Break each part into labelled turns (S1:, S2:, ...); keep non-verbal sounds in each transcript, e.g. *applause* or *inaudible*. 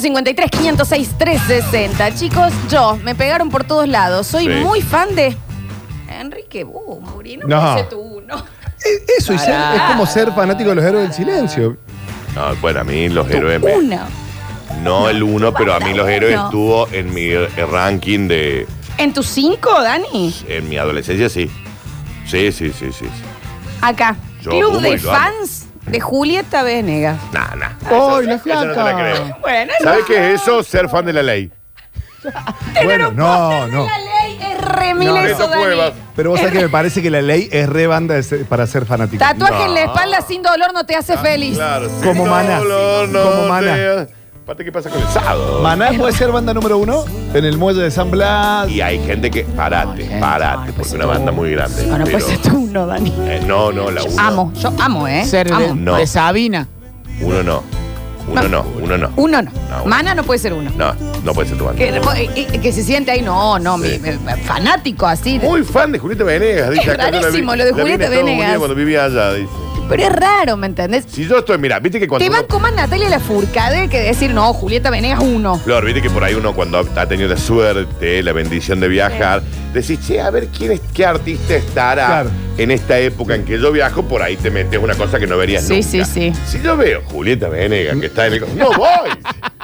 S1: 153, 506, 360. Chicos, yo, me pegaron por todos lados. Soy
S2: Sí.
S1: muy fan de Enrique Bumburi. No,
S3: No.
S1: puse tu uno.
S3: Eh, Eso y ser- es como ser fanático de los héroes del silencio.
S2: No, bueno, a mí los héroes me-
S1: Uno.
S2: No el uno, pero a mí los héroes
S1: uno.
S2: estuvo en mi eh, ranking de.
S1: ¿En tus cinco, Dani?
S2: En mi adolescencia, sí. Sí, sí, sí, sí.
S1: Acá.
S2: Yo, oh
S1: Club
S2: Bumburi,
S1: de
S2: lo amo.
S1: fans de Julieta Venegas.
S2: Nah, nah.
S3: ¡Ay, la
S2: Eso no te la creo.
S3: flaca!
S1: Bueno,
S2: ¿Sabes qué es eso? Ser fan de la ley.
S3: Bueno, no, no.
S1: La ley es remil
S3: No,
S1: eso,
S2: Beto
S1: Dani.
S2: Cuevas.
S3: Pero vos sabés que me parece que la ley es re banda de ser- para ser fanático.
S1: Tatuaje en la
S2: No.
S1: espalda sin dolor no te hace feliz.
S2: Claro, sí.
S3: Como
S2: No,
S3: Maná.
S2: no, no
S3: Como
S2: te-
S3: Maná.
S2: Aparte, ¿qué pasa con el sábado?
S3: Maná puede ser banda número uno en el muelle de San Blas.
S2: Y hay gente que. Parate, parate, porque una banda muy grande.
S1: Bueno, pues
S2: pero-
S1: es tu uno, Dani.
S2: Eh, no, no, la uno.
S1: Amo, yo amo, ¿eh?
S4: ser de,
S1: Amo.
S2: No.
S4: de Sabina.
S2: Uno no. Uno no, uno no.
S1: Uno no.
S2: bueno.
S1: Mana no puede ser uno.
S2: No, no puede ser tu banda.
S1: Que, eh, que se siente ahí, no, no,
S2: Sí.
S1: mi- mi- fanático así. de-
S2: Muy fan de Julieta Venegas, dice
S1: Es
S2: acá, yo la
S1: rarísimo lo de
S2: la vi en
S1: Julieta
S2: Estados
S1: Venegas.
S2: Unidos Cuando vivía allá, dice.
S1: Pero es raro, ¿me entendés?
S2: Si yo estoy, mira, viste que cuando.
S1: Te
S2: uno-
S1: van como a Natalia Lafourcade que decir, no, Julieta Venegas uno.
S2: Flor, viste que por ahí uno cuando ha tenido la suerte, la bendición de viajar, decís, che, a ver quién es, qué artista estará
S3: Claro.
S2: en esta época en que yo viajo, por ahí te metes una cosa que no verías
S1: Sí,
S2: nunca.
S1: sí, sí.
S2: Si yo veo Julieta Venegas que está en el. ¡No voy!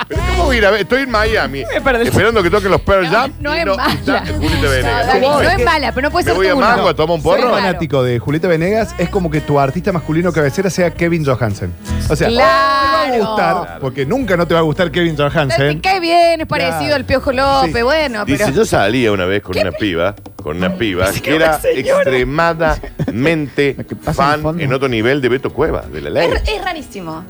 S2: Pero ¿cómo voy a ir a ver? Estoy en Miami. Esperando que toquen los Pearl
S1: No,
S2: Jam.
S1: no
S2: y
S1: es
S2: y está
S1: mala.
S2: Julieta Venegas.
S1: Dani,
S2: ¿Cómo
S1: no
S2: voy?
S1: es mala, pero no puede
S2: Me
S1: ser
S2: voy
S1: tu
S2: a
S1: uno.
S2: Mango a tomar un porro.
S3: Ser
S1: Claro.
S3: fanático de Julieta Venegas es como que tu artista masculino cabecera sea Kevin Johansen. O sea,
S1: Claro.
S3: no te va a gustar, porque nunca no te va a gustar Kevin
S1: Te
S3: Johansen.
S1: cae bien, es parecido
S3: Claro.
S1: al Piojo López,
S3: Sí.
S1: bueno,
S2: Dice,
S1: Ah, pero...
S2: yo salía una vez con una piba, con una piba que
S1: que una
S2: era
S1: señora.
S2: extremadamente
S4: *laughs* Lo que pasa en el
S2: fan
S4: fondo.
S2: en otro nivel de Beto Cueva, de la ley.
S1: Es, es rarísimo.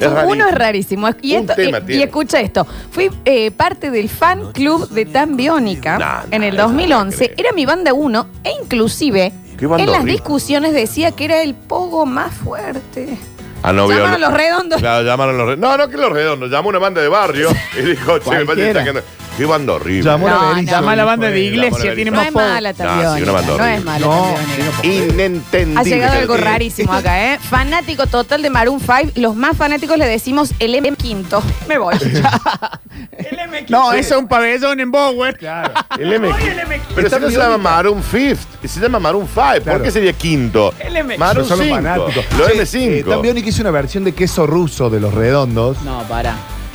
S2: Es rarísimo.
S1: Uno es rarísimo. Y,
S2: Un
S1: esto,
S2: tema
S1: y- y
S2: tiene.
S1: escucha esto. Fui eh, parte del fan club de Tan Biónica
S2: No, no,
S1: en el
S2: eso no lo
S1: 2011.
S2: creo.
S1: Era mi banda uno e inclusive
S2: ¿Qué banda
S1: en las
S2: horrible?
S1: discusiones decía que era el pogo más fuerte.
S2: Ah, no,
S1: Llamaron
S2: vio-
S1: a Los Redondos.
S2: Claro, llamaron a los redondos. No, no, que los redondos. Llamó una banda de barrio y dijo, che, me parece que
S4: Cualquiera.
S2: está quedando- Qué banda horrible.
S3: Llamó
S1: No,
S3: a Berizzo,
S1: no.
S4: Llama a la banda de
S3: dijo
S2: Llamó
S3: él.
S2: a la
S4: iglesia, tiene
S1: No
S4: más
S1: es
S4: pogo.
S1: mala Tan
S2: No, sí, una
S1: Biónica,
S2: banda
S1: no
S2: horrible.
S1: es mala Tan
S3: No,
S1: Biónica.
S2: Inentendible.
S1: Ha llegado algo
S2: Sí.
S1: rarísimo acá, ¿eh? Fanático total de Maroon 5. Los más fanáticos le decimos el M quinto. Me voy.
S4: No, eso es un pabellón en Bower.
S2: El M. Pero si no se llama Maroon Fifth, se llama Maroon Five. ¿Por
S3: Claro.
S2: qué sería quinto?
S3: Pero
S2: Maroon
S3: son los
S2: 5.
S3: fanáticos.
S2: Los
S3: Sí, eh,
S2: M5.
S3: También hizo una versión de queso ruso de los redondos.
S4: No, para.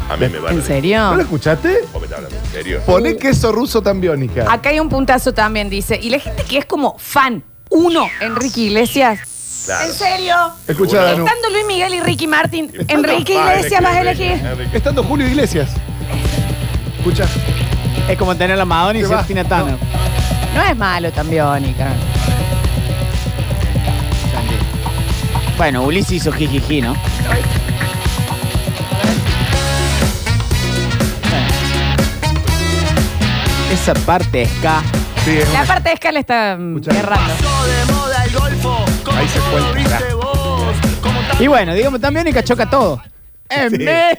S2: A mí me van a
S1: ¿En
S2: decir.
S3: ¿No
S1: serio?
S3: lo escuchaste?
S2: Vos me estás hablando en serio.
S3: Poné queso ruso tan biónica.
S1: Acá hay un puntazo también, dice. Y la gente que es como fan, uno, Enrique Iglesias.
S2: Claro.
S1: ¿En serio?
S3: Escucha, Danu.
S1: Estando Luis Miguel y Ricky Martin, Enrique
S2: Padre
S1: Iglesias
S2: que
S1: vas a
S2: Enrique-
S1: elegir.
S2: Enrique.
S3: Estando Julio Iglesias. Escucha.
S4: Es como tener la Madonna y
S3: Te
S4: ser
S3: vas.
S4: Tina Turner.
S1: No es malo también, Ónica.
S4: Bueno, Ulises hizo jijiji, ¿no? Esa parte ska.
S3: Sí, es
S1: La
S3: una-
S1: parte de escala está mm,
S3: Escuchá.
S1: errando.
S3: ahí se cuenta.
S4: Y bueno, digamos, también y cachoca todo. En vez-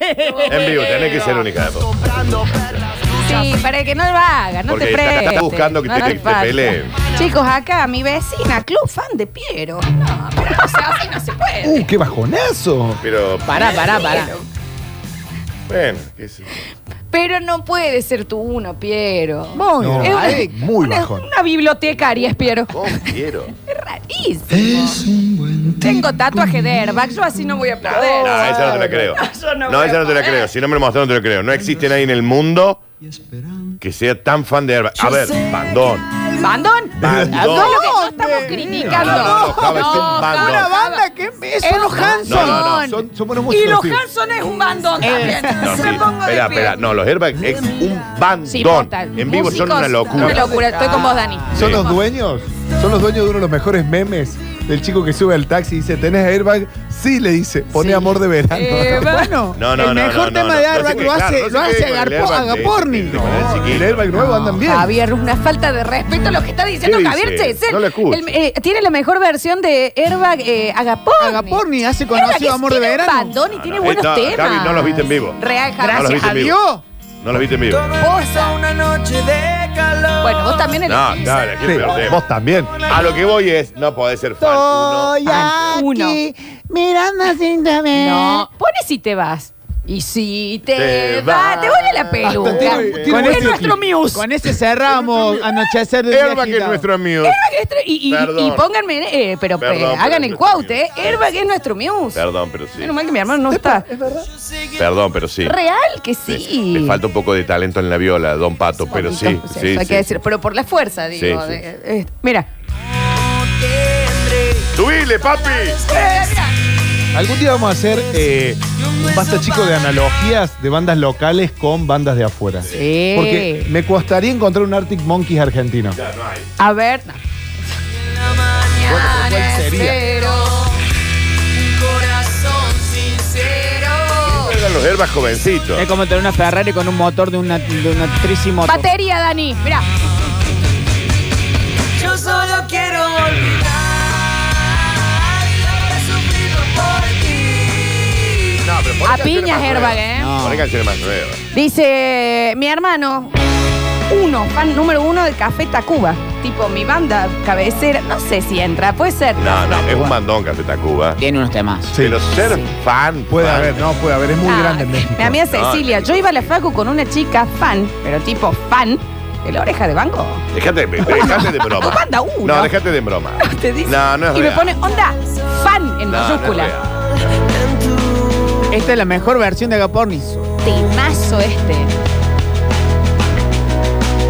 S2: En vivo, tenés que ser única de vos.
S1: Sí, para que no lo haga, no
S2: Porque
S1: te
S2: está- está
S1: prestes.
S2: buscando que
S1: no
S2: te-
S1: hace
S2: te
S1: falta.
S2: peleen.
S1: Chicos, acá mi vecina, club fan de Piero. No, pero o sea, así no se puede.
S3: ¡Uh, qué bajonazo!
S2: Pero,
S4: Pará, pará, pará.
S2: bueno, qué sé yo.
S1: Pero no puede ser tu uno, Piero. Muy
S3: No, ahí, muy
S1: una,
S3: bajón.
S1: una bibliotecaria es Piero.
S2: ¿Cómo quiero?
S1: Es rarísimo. Tengo tatuaje de airbag, yo así no voy a poder.
S2: No, esa no te la creo.
S1: Oh, *laughs* yo no
S2: No,
S1: voy
S2: esa
S1: a
S2: no te la
S1: poder.
S2: creo. Si no me lo mostraron, no te lo creo. No existe nadie en el mundo que sea tan fan de Airbag. A ver, bandón.
S1: ¿Bandón?
S2: Bandón.
S1: ¿A dónde? No estamos criticando.
S2: No, no, no, Java es un bandón.
S1: Java.
S4: Una banda que es
S1: Es
S4: los Hanson.
S2: No, no, no,
S3: Son, son buenos
S1: Y
S3: músicos.
S1: los
S3: sí.
S1: Hanson es un bandón también.
S2: Eh, No, sí.
S1: Me pongo de
S2: Espera,
S1: pie.
S2: espera. No, los Airbag es un
S1: Sí,
S2: bandón.
S1: total.
S2: En vivo son
S1: Músicos,
S2: una
S1: Una
S2: locura.
S1: locura. Estoy con vos, Dani.
S3: Son
S2: Sí.
S3: los dueños. Son los dueños de uno de los mejores memes. El chico que sube al taxi y dice, ¿tenés airbag? Sí, le dice, poné
S4: Sí.
S3: amor de verano.
S1: Eh,
S4: Bueno,
S2: No, no,
S4: el
S2: no,
S4: mejor
S2: no, no, no.
S4: tema de
S2: No se
S4: Airbag
S2: quede
S4: lo
S2: claro,
S4: hace,
S2: no se
S4: lo hace
S2: quede con el
S4: Agarpo-
S2: Airbag de- este,
S4: Agaporni.
S2: de- de-
S4: No.
S2: Con el
S3: No,
S2: chiquito.
S3: el airbag nuevo andan bien.
S1: Javier, una falta de respeto a lo que está diciendo
S2: ¿Qué
S1: Javier
S2: dice?
S1: Chesel.
S2: No lo escucho.
S1: El- eh, tiene la mejor versión de Airbag eh, Agaporni.
S4: Agaporni hace
S1: Airbag es-
S4: conocido Amor de
S1: tiene un
S4: Verano.
S1: bandón y tiene
S2: no,
S1: buenos
S2: eh, no,
S1: temas.
S2: Javi, no los viste en vivo.
S1: Real, Javi.
S2: No los
S4: Gracias
S2: viste
S4: a
S2: en vivo.
S4: Dios.
S2: No los viste en vivo.
S1: Posa. Bueno, vos también eres.
S2: No, claro, qué
S3: Sí,
S2: peor tema.
S3: vos también.
S2: A lo que voy es, no podés ser fan. uno.
S4: Estoy
S1: Ah, uno.
S4: aquí mirando sin saber.
S1: No, pone Eh, si te vas. Y si te,
S2: Te
S1: va,
S2: va.
S1: te vuelve la peluca.
S3: Hasta tiene- tiene
S1: Con
S3: buen
S1: es nuestro
S3: videoclip.
S1: muse.
S4: Con ese cerramos anochecer de
S2: Airbag es nuestro amigo.
S1: Ah, Y, y-
S2: Perdón.
S1: y pónganme, eh, pero eh,
S2: Perdón,
S1: hagan el
S2: pero no
S1: quote, ¿eh?
S2: estoy bien.
S1: Airbag es nuestro muse.
S2: Perdón, pero sí.
S1: Menos mal que mi hermano no está.
S2: Perdón, pero sí.
S1: Real que
S2: Le-
S1: sí.
S2: Le falta un poco de talento en la viola, don Pato, pero sí.
S1: O sea,
S2: sí,
S1: eso hay
S2: sí.
S1: que decir, pero por la fuerza, digo.
S2: Sí, sí.
S1: de- eh, mira.
S2: ¡Subile, papi!
S3: Algún día vamos a hacer eh, un basta chico de analogías de bandas locales con bandas de afuera.
S1: Sí.
S3: Porque me costaría encontrar un Arctic Monkeys argentino.
S2: Ya, no hay.
S1: A ver. no.
S3: ¿cuál sería?
S2: Eran los herbas jovencitos.
S4: Es como tener una Ferrari con un motor de una, de una tricimoto.
S1: Batería, Dani. Mira.
S5: Yo solo quiero olvidar lo que he sufrido por ti.
S2: No, pero poné
S1: A
S2: canciones
S1: piñas,
S2: más
S1: Airbag,
S2: nuevas.
S1: ¿eh?
S4: No.
S2: Poné canciones más nuevas.
S1: Dice mi hermano, uno, fan número uno de Café Tacuba. Tipo, mi banda cabecera, no sé si entra, puede ser.
S2: No, no, es un mandón Café Tacuba.
S4: Tiene unos temas.
S3: Sí.
S2: Pero ser
S1: Sí.
S2: fan.
S3: Puede
S2: fan,
S3: haber, no, puede haber. Es muy
S1: Ah,
S3: grande en México.
S1: Mi amiga
S2: No,
S1: Cecilia, yo iba a la facu con una chica fan, pero tipo fan, de la oreja de banco.
S2: Dejate, de- dejate de broma.
S1: *laughs* No manda uno.
S2: No, dejate de broma.
S1: *laughs* *laughs* Te dice.
S2: No, no es
S1: y
S2: real.
S1: me pone, onda, fan en
S2: No, no es
S1: mayúscula.
S2: real.
S5: En tu
S4: Esta es la mejor versión de Agapornis.
S1: Temazo este.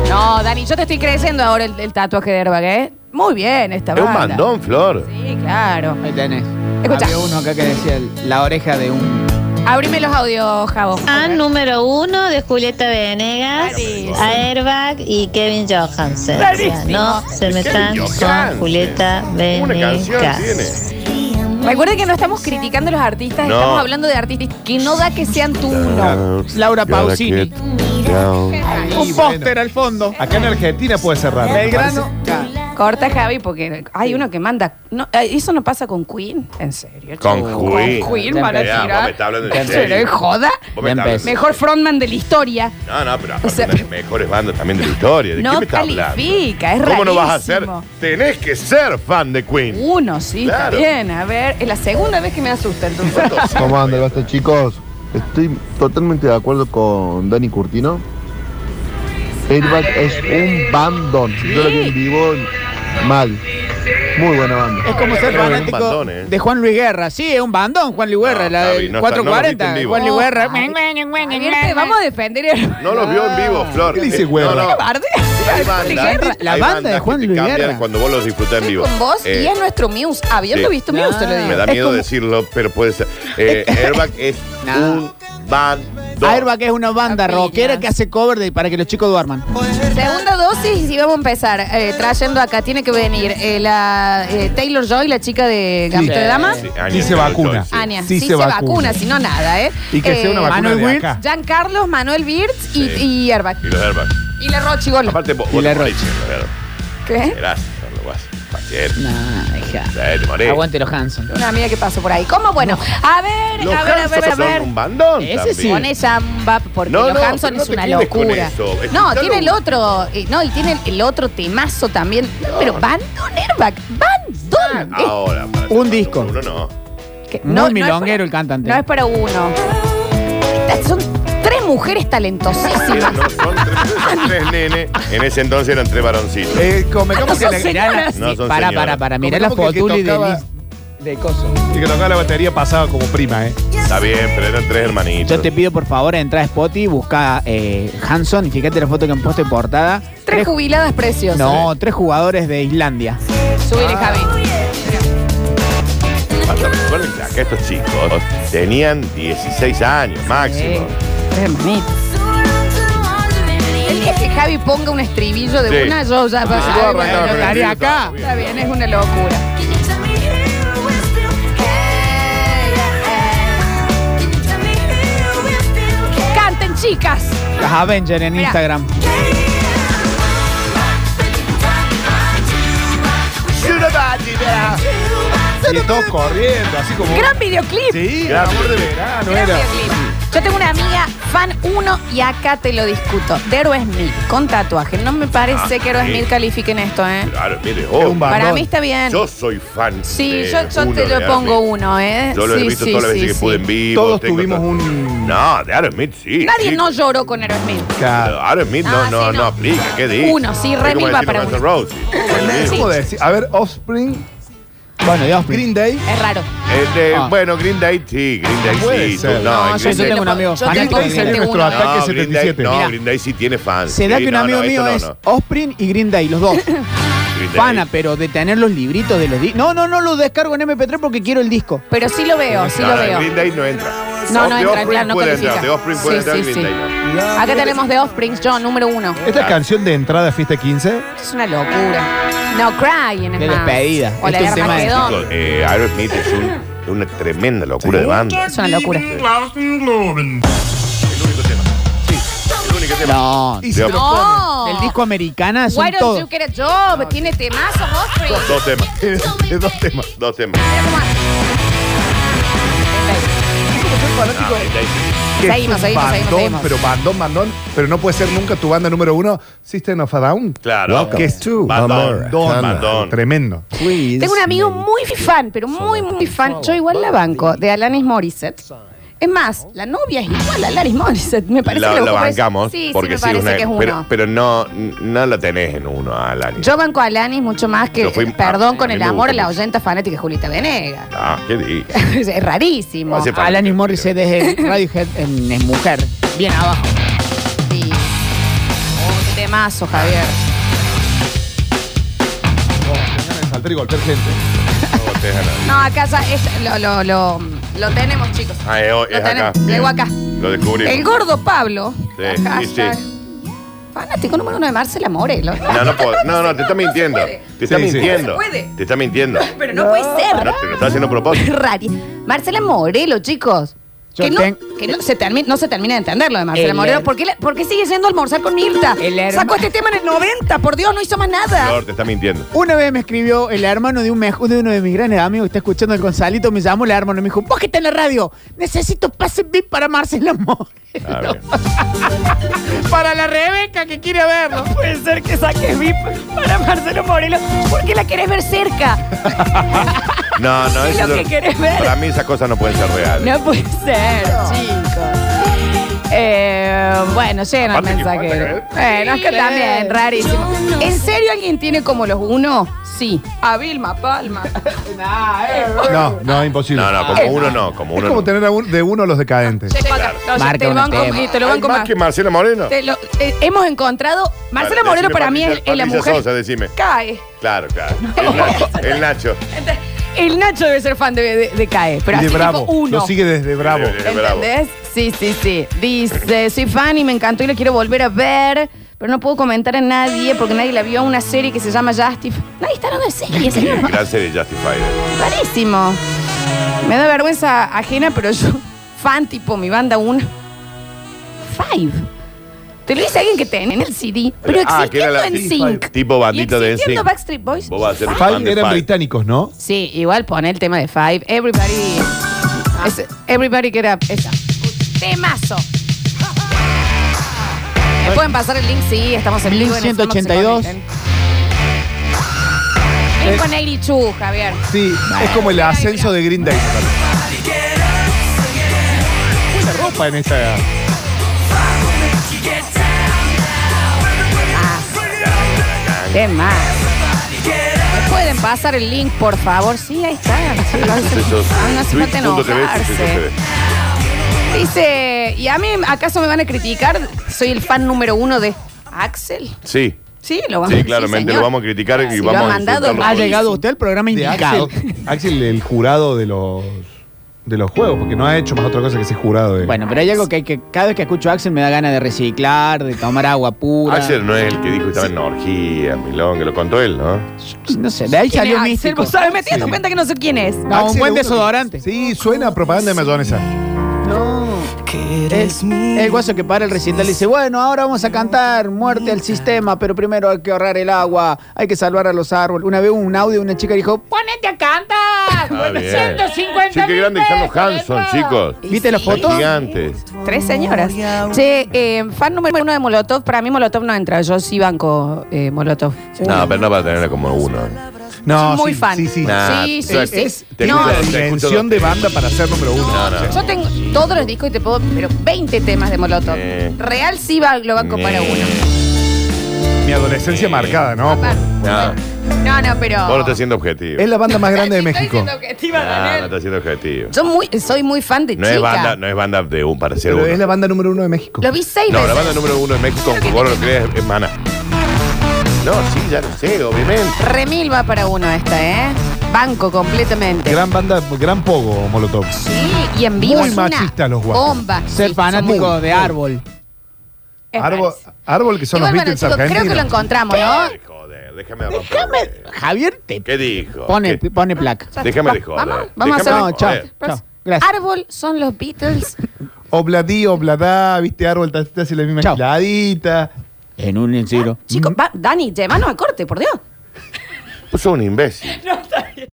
S1: No, Dani, yo te estoy creciendo ahora el, el tatuaje de Airbag, ¿eh? Muy bien esta
S2: Es un
S1: banda.
S2: mandón, Flor.
S1: Sí, claro.
S4: Ahí tenés.
S1: Escucha.
S4: Había uno acá que decía el- la oreja de un.
S1: Abrime los audios, Javo.
S6: Fan número uno de Julieta Venegas,
S1: Clarísimo.
S6: Airbag y Kevin Johansen. O sea,
S1: Clarísimo.
S6: no se
S2: Kevin
S6: metan
S2: Johansen.
S6: con Julieta
S2: Una canción tiene.
S6: Venegas.
S1: Recuerden que no estamos criticando a los artistas,
S2: No.
S1: estamos hablando de artistas que no da que sean tú uno.
S4: Laura Pausini.
S3: Un póster
S4: al fondo.
S3: Acá en Argentina puede ser raro.
S4: Belgrano. Acá.
S1: Corta, Javi, porque hay uno que manda. No, eh, eso no pasa con Queen, en serio.
S2: Con
S1: chico?
S2: Queen.
S1: Con Queen
S4: Ya
S1: van a
S2: empezamos, me
S1: tirar.
S2: está hablando en
S1: ¿En
S2: serio.
S1: serio? ¿Es joda?
S2: Vos me
S4: Ya
S2: estás-
S4: empezó.
S1: Mejor frontman de la historia.
S2: No, no, pero aparte
S1: O sea,
S2: una de las mejores bandas también de la historia. ¿De
S1: No
S2: qué me estás hablando?
S1: califica, es
S2: ¿Cómo no vas a ser?
S1: rarísimo.
S2: Tenés que ser fan de Queen.
S1: Uno, sí, está
S2: Claro.
S1: bien. A ver, es la segunda vez que me asusta entonces.
S7: *laughs*
S2: *laughs*
S7: ¿Cómo anda, basta, chicos? Estoy totalmente de acuerdo con Dani Curtino. Airbag es un bandón. Yo lo vi en vivo mal. Muy buena banda.
S4: Es como ser
S2: Pero es un
S4: fanático
S2: bandón, ¿eh?
S4: de Juan Luis Guerra. Sí, es un bandón, Juan Luis Guerra.
S2: No,
S4: la
S2: Javi,
S4: del
S2: no está-
S4: 440.
S2: no lo viste en
S4: Juan Luis
S1: vivo.
S4: Guerra.
S1: Ay, Divierte, Vamos a defender. el- *laughs*
S2: No los vio en vivo, Flor.
S3: ¿Qué le dice
S2: Eh,
S3: huevo?
S2: No, no.
S1: Barde.
S2: Hay
S1: De
S2: bandas-
S1: guerra.
S4: La
S2: hay
S4: banda
S2: bandas
S4: de
S2: que
S4: Juan
S2: te
S4: Luis
S2: cambian
S4: Guerra.
S2: Cuando vos los disfrutás en
S1: Estoy
S2: vivo.
S1: con vos
S2: Eh,
S1: y es nuestro Muse. Habiendo
S2: sí.
S1: visto Muse, te lo digo.
S2: Me da
S1: Es
S2: miedo
S1: como-
S2: decirlo, pero puede ser. Eh, Airbag es
S4: No.
S2: un bandón.
S4: Airbag es una banda
S1: Capillas.
S4: rockera que hace cover de, para que los chicos duerman.
S1: Segunda dosis y vamos a empezar eh, trayendo acá. Tiene que venir eh, la eh, Taylor Joy, la chica de Gambito
S4: Sí.
S1: de Dama.
S2: Sí, Anya,
S3: Sí se
S2: Taylor
S3: vacuna.
S2: Joy, sí.
S1: Ania,
S3: Sí
S1: sí,
S3: se
S1: se
S3: vacuna.
S1: vacuna, si no nada, ¿eh?
S3: Y que sea una
S1: Eh,
S3: vacuna
S4: Manuel
S3: de
S4: Wirtz,
S3: acá.
S1: Jean Carlos, Manuel Birds y,
S2: Sí.
S1: y Airbag.
S2: Y los airbags.
S1: Y la Rochi Gol.
S2: Aparte, vos,
S4: Y
S2: vos
S4: la
S2: te morís,
S4: Roche.
S2: siendo airbags.
S1: ¿Qué?
S2: Gracias, Flor, lo vas. Paciencia.
S4: Nah, hija.
S2: Eh, te morís.
S4: Aguante los Hanson.
S1: Una amiga que pasó por ahí. ¿Cómo? Bueno, a ver,
S2: Los
S1: a ver, a ver, a
S2: Hanson
S1: ver.
S2: son un bandón.
S4: Ese
S2: también.
S4: sí.
S1: Con ella va porque
S2: No,
S1: los
S2: no,
S1: Hanson
S2: pero no
S1: es
S2: te
S1: una
S2: quedes con
S1: locura.
S2: eso.
S1: No,
S2: Escuchalo.
S1: tiene el otro, eh, no, y tiene el, el otro temazo también. No, pero Bandon Airbag, Bandon. Eh,
S2: Ahora, para
S4: Un
S2: ser
S4: disco.
S2: uno, no.
S1: que
S4: Muy milonguero
S1: es
S4: el cantante.
S1: No es para uno. Estas son tres mujeres
S4: *laughs*
S1: talentosísimas.
S2: Eran- no, son tres, son tres nenes. En ese entonces eran tres varoncitos.
S3: Eh, convengamos
S1: Ah,
S3: que
S1: no
S3: la-
S1: sos señoras.
S2: No son
S4: para,
S2: señoras.
S4: para, para. Mirá la
S3: Como que- que
S4: fotuli de,
S3: tocaba-
S4: Liz- de Coso.
S3: y que tocaba la batería pasaba como prima, ¿eh?
S2: Está bien, pero eran tres hermanitos.
S4: Yo te pido por favor entra a Spotify, busca eh, Hanson y fíjate la foto que han puesto en portada.
S1: Tres jubiladas preciosas.
S4: No, ah. tres jugadores de Islandia.
S1: Subile, Javi.
S2: Hasta recuerden que acá estos chicos tenían 16 años máximo. Ah,
S1: Tres hermanitas. El día que Javi ponga un estribillo de
S2: Sí.
S1: una, yo ya
S2: Ah,
S1: pasé.
S2: bueno,
S1: Bueno,
S2: pero
S1: estaría
S2: sí,
S1: acá.
S2: todavía.
S1: Está bien, es una locura.
S5: Can you tell me here we're still here? Can you tell me here we're still here?
S1: Canten, chicas.
S4: Las Avenger en
S1: Mirá.
S4: Instagram.
S3: Y todos corriendo, así como.
S1: Gran videoclip.
S3: Sí, el
S2: Gran
S3: amor de
S2: videoclip.
S3: verano
S1: Gran
S3: era.
S1: videoclip. Yo tengo una amiga, fan 1, y acá te lo discuto. De Aerosmith, con tatuaje. No me parece
S2: Ah,
S1: que Aerosmith
S2: sí.
S1: califiquen esto, ¿eh?
S2: Claro, mire, oh,
S3: un bar.
S1: Para
S3: Perdón.
S1: mí está bien.
S2: yo soy fan.
S1: sí,
S2: de
S1: yo, yo
S2: uno
S1: te
S2: de
S1: lo pongo
S2: Aerosmith.
S1: uno, ¿eh?
S2: Yo lo
S1: Sí,
S2: he visto
S1: sí,
S2: todas las
S1: sí,
S2: veces que
S1: sí.
S2: pude en vivo.
S3: Todos
S2: tengo
S3: tuvimos
S2: todo-
S3: un-
S2: No, de Aerosmith sí.
S1: Nadie
S2: sí.
S1: no lloró con Aerosmith.
S3: Claro.
S2: Aerosmith no,
S1: Ah,
S2: no,
S1: sí,
S2: no,
S1: no.
S2: aplica, ¿qué dices?
S1: Uno, sí,
S2: Es
S1: re
S2: como
S1: mil va
S2: decir
S1: para
S2: Guns N'
S1: uno.
S2: Roses.
S3: Es
S1: Sí.
S3: como decir, a ver, Offspring,
S4: Bueno, Dios mío.
S3: Green Day.
S1: Es raro.
S2: Este,
S4: Ah.
S2: Bueno, Green Day sí, Green Day
S3: Puede
S2: sí. tú-
S3: ser.
S2: No, en
S1: yo
S2: Green
S4: sí
S1: te
S2: Day-
S4: tengo
S1: lo
S4: un
S1: pongo-
S4: amigo.
S1: yo te
S4: Green
S1: pongo
S4: Day sería
S1: gente
S3: nuestro
S1: uno.
S3: ataque.
S2: No, Green Day,
S3: 77.
S2: no,
S1: Mira.
S2: Green Day sí tiene fans.
S4: Se da
S2: Sí,
S4: que un
S2: no,
S4: amigo
S2: no,
S4: mío
S2: esto no,
S4: es
S2: no.
S4: Ospring y Green Day, los dos.
S2: *laughs* Green Day.
S4: Pana, pero de tener los libritos de los discos. No, no, no los descargo en MP3 porque quiero el disco.
S1: Pero sí lo veo, sí
S2: No,
S1: lo
S2: no,
S1: veo.
S2: Green Day no entra.
S1: No,
S2: Off-
S1: no
S2: The
S1: entra,
S2: Offspring
S1: claro, no
S2: puede entrar,
S1: califica.
S2: The Offspring puede entrar, Green Day no.
S1: Acá tenemos The Offspring, yo, número uno.
S3: Esta canción de entrada a
S1: *laughs*
S3: Fiesta 15.
S1: Esto es una locura. No crying, es
S4: De
S1: más.
S4: despedida.
S1: O la
S4: Este es
S1: de
S4: tema de-
S1: Armagedón.
S2: Chicos, eh, Aerosmith es un- una tremenda locura de banda.
S1: Es una locura.
S2: El único tema. Sí, el único tema.
S4: No.
S3: Y se
S2: Dios.
S3: lo pone.
S1: No.
S4: El disco americana
S1: Why
S4: son
S1: don't you
S4: todos.
S1: get a job? Tiene temazos, Offspring.
S2: Dos, dos temas,
S3: De dos temas.
S2: dos temas.
S1: Mira cómo hace.
S2: No, Green Day sí.
S3: Que es
S1: Ah, Seguimos,
S3: un
S1: seguimos,
S3: bandón,
S1: seguimos, seguimos.
S3: Pero bandón, bandón. Pero no puede ser nunca tu banda número uno, System of a Down.
S2: Claro.
S3: Que es
S2: Bandón,
S3: bandón,
S2: bandón.
S3: Tremendo.
S1: Tengo un amigo muy fan, pero muy, muy fan. Yo igual la banco, de Alanis Morissette. Es más, la novia es igual a Alanis Morissette. Me parece
S2: La,
S1: que lo
S2: la
S1: ocupa-
S2: bancamos
S1: Sí,
S2: porque
S1: sí, me
S2: sí,
S1: parece
S2: una-
S1: que es uno.
S2: pero, pero no, no la tenés en uno, Alani.
S1: Yo banco a Alanis mucho más que,
S2: Yo fui-
S1: perdón,
S2: a-
S1: con
S2: a mí
S1: el
S2: me
S1: amor a
S2: gusta
S1: la
S2: mucho.
S1: oyenta fanática Julita Venega.
S2: Ah, ¿qué di?
S1: *laughs* es rarísimo.
S2: Hace falta.
S4: Alanis Morissette es el Radiohead en, en mujer. Bien abajo.
S1: Sí. Oh, qué temazo, Javier.
S3: Saltar y golpear gente.
S2: No, te dejan ahí.
S1: No, acá ya es- lo, lo, lo, lo tenemos, chicos.
S2: Ah, es,
S1: Lo
S2: es acá.
S1: tenemos. Llegó acá.
S2: Lo descubrí.
S1: El gordo Pablo.
S2: Sí,
S1: acá
S2: sí,
S1: está.
S2: sí.
S1: Fanático número uno de Marcela Morelo.
S2: No, no puedo. No, no, te está mintiendo. Te está
S3: Sí, sí.
S2: mintiendo.
S1: No se puede.
S2: Te
S1: *laughs*
S2: está mintiendo.
S1: Pero no puede ser.
S2: No, te lo está haciendo a
S1: *laughs*
S2: propósito.
S1: Rari. Marcela Morelo, chicos.
S4: Yo
S1: que no,
S4: ten-
S1: que no se, termi- no se termina de entenderlo de Marcela
S4: El
S1: Morelo.
S4: her-
S1: ¿Por qué, la- por qué sigue yendo a almorzar con Mirta?
S4: El herma-
S1: Sacó este tema en el 90, por Dios, no hizo más nada.
S2: Flor, te está mintiendo.
S4: Una vez me escribió el hermano de, un mejo- de uno de mis grandes amigos que está escuchando el Gonzalito, me llamó el hermano y me dijo, vos que estás en la radio, necesito pase VIP para Marcela Moreno.
S2: A ver.
S4: *laughs* para la Rebeca que quiere verlo.
S1: Puede ser que saques VIP *laughs* para Marcelo Morelo. ¿Por qué la querés ver cerca?
S2: No, no,
S1: Es
S2: eso
S1: lo que querés ver.
S2: Para mí esas cosas no pueden ser reales.
S1: *laughs* No puede ser, chicos. Eh, bueno, lleno el
S2: Aparte que
S1: mensajero.
S2: falta,
S1: Bueno, es que también, rarísimo. ¿En serio alguien tiene como los uno? Sí. A Vilma Palma.
S3: No, no, imposible.
S2: No, no, como uno no, como
S3: Es
S2: uno
S3: como
S2: no.
S3: tener a un- de uno a los decadentes.
S1: Checo acá. No, yo
S4: Marca
S1: te,
S4: un
S1: banco,
S4: tema.
S1: y te lo
S2: ¿Hay
S1: banco
S2: más
S1: más.
S2: que Marcela Moreno?
S1: Te lo- eh, hemos encontrado. Marcela
S2: Vale,
S1: Moreno
S2: decime
S1: para mí es
S2: Patricia-
S1: es la
S2: Patricia
S1: mujer.
S2: Sosa, decime.
S1: Cae.
S2: Claro, claro.
S1: *laughs*
S2: El Nacho. El Nacho.
S1: Ente- El Nacho debe ser fan de, de- de Cae, pero
S3: Y
S1: así
S3: de
S1: tipo
S3: Bravo.
S1: uno.
S3: Lo sigue desde Bravo.
S2: Eh, eh, bravo.
S1: ¿Entendés? Sí, sí, sí. Dice, soy fan y me encantó y la quiero volver a ver, pero no puedo comentar a nadie porque nadie la vio una serie que se llama Justif. Nadie está hablando de serie, señor.
S2: Gracias de Justified.
S1: Rarísimo. Me da vergüenza ajena, pero yo, fan tipo mi banda una. Five. Te lo dice alguien que tenía en el CD, pero
S2: Ah, que era
S1: existiendo
S2: la-
S1: en
S2: sí,
S1: Sync.
S2: Tipo bandita de
S1: existiendo
S2: NSYNC.
S1: Backstreet Boys.
S2: Vos vas a ser
S1: Five.
S2: fan
S3: Five
S2: de
S3: eran
S2: Five.
S3: británicos, ¿no?
S1: Sí, igual pone el tema de Five. Everybody. Es- everybody get up. Esa. Temazo. ¿Me pueden pasar el link? Sí, estamos en vivo. en el
S4: 1182.
S1: Somos Se Conectan. ¿eh? Link con 82, Javier.
S3: Sí, es como el ascenso de Green Day. Buena ropa en esta.
S1: ¿Qué más? ¿Me pueden pasar el link, por favor? Sí, ahí está. Sí, lo hacen.
S2: Eso-
S1: Ah, no hace falta
S2: twitch.tv, sí, sí, sí,
S1: enojarse.
S2: sí.
S1: Dice, ¿y a mí acaso me van a criticar? Soy el fan número uno de Axel.
S2: Sí.
S1: Sí, lo vamos
S2: Sí, claramente
S1: señor.
S2: lo vamos a criticar y
S1: Si lo
S2: vamos
S1: ha
S2: a
S1: mandado,
S2: insultarlo
S4: Ha
S2: por-
S4: llegado usted al programa
S3: De
S4: indicado.
S3: Axel, Axel, el jurado de los, de los juegos, porque no ha hecho más otra cosa que ser jurado. De...
S4: Bueno, pero hay algo que, hay que cada vez que escucho a Axel me da ganas de reciclar, de tomar agua pura.
S2: Axel no es el que dijo que estaba en orgía, Milón, que lo contó él, ¿no?
S4: No sé, de ahí
S1: ¿Quién
S4: salió
S1: es Axel?
S4: místico.
S1: ¿Vos sabés? Me estoy dando cuenta que no sé quién es.
S4: No, un
S3: Axel
S4: buen
S3: es uno-
S4: desodorante.
S3: Sí, suena a propaganda de mayonesa.
S4: No. El, el guaso que para el recital y dice, bueno, ahora vamos a cantar muerte al sistema, pero primero hay que ahorrar el agua, hay que salvar a los árboles. Una vez un audio de una chica dijo,
S1: ¡Ponete a cantar!
S2: Ah, bien.
S1: 150
S2: Sí, qué
S1: mil
S2: grandes están los
S1: pesos,
S2: Hanson,
S1: loco.
S2: chicos.
S4: ¿viste la
S2: Están
S4: foto?
S2: gigantes.
S1: Tres señoras. Che, eh, fan número uno de Molotov. Para mí Molotov no entra. Yo sí banco eh, Molotov.
S2: No, pero no va a tenerla como uno.
S3: No,
S1: Muy
S3: sí,
S1: fan.
S3: Sí, sí.
S2: Nah.
S1: sí, sí,
S2: es-
S1: sí.
S3: Es
S2: Te
S1: No,
S2: escucho-
S3: tiene la
S2: te escucho
S3: dimensión
S2: dos.
S3: de banda para ser número uno.
S2: No, no.
S1: yo tengo todos los discos y te puedo, pero 20 temas de Molotov.
S2: Eh.
S1: Real sí va- lo banco para
S2: Nah.
S1: uno.
S3: Mi adolescencia marcada, ¿no?
S2: Nah.
S1: No, no, pero.
S2: Vos no estás siendo objetivo.
S3: Es la banda más grande de
S1: Estoy
S3: México.
S1: siendo objetiva,
S2: No, no
S1: Daniel.
S2: estás siendo objetivo.
S1: Yo muy, soy muy fan de
S2: No
S1: Eh, chica.
S2: es banda, no es banda de un para ser
S3: Pero es
S2: uno.
S3: la banda número uno de México.
S1: Lo vi seis
S2: No,
S1: veces.
S2: la banda número uno de México, aunque vos no lo creas, es Mana. No, sí, ya lo sé, obviamente.
S1: Remil va para uno esta, ¿eh? Banco completamente.
S3: Gran banda, gran pogo, Molotov.
S1: Sí, y en vivo
S3: Muy
S1: es una
S3: machista los guapos.
S1: bomba.
S4: Ser
S1: Sí,
S4: fanático
S1: son muy-
S4: de árbol.
S1: es
S3: Árbol,
S1: rarísimo.
S3: árbol que son
S1: Igual,
S3: los
S1: bueno,
S3: Beatles
S1: chicos, creo que lo
S3: argentinos.
S1: encontramos, ¿no?
S2: Ay, joder, déjame hablar.
S4: Javier te
S2: ¿Qué dijo?
S4: pone,
S2: ¿Qué?
S4: pone placa.
S2: Déjame de joder.
S1: Vamos, vamos a
S2: Déjame
S4: de
S1: hacer.
S4: No, chao, joder. chao. Gracias.
S1: Árbol son los Beatles.
S3: Obladí, obladá, viste, árbol, te hace la misma
S4: Chao.
S3: giladita.
S4: En un enciro.
S1: Chicos, va- Dani, llévanos a corte, por Dios.
S2: Vos sos un imbécil.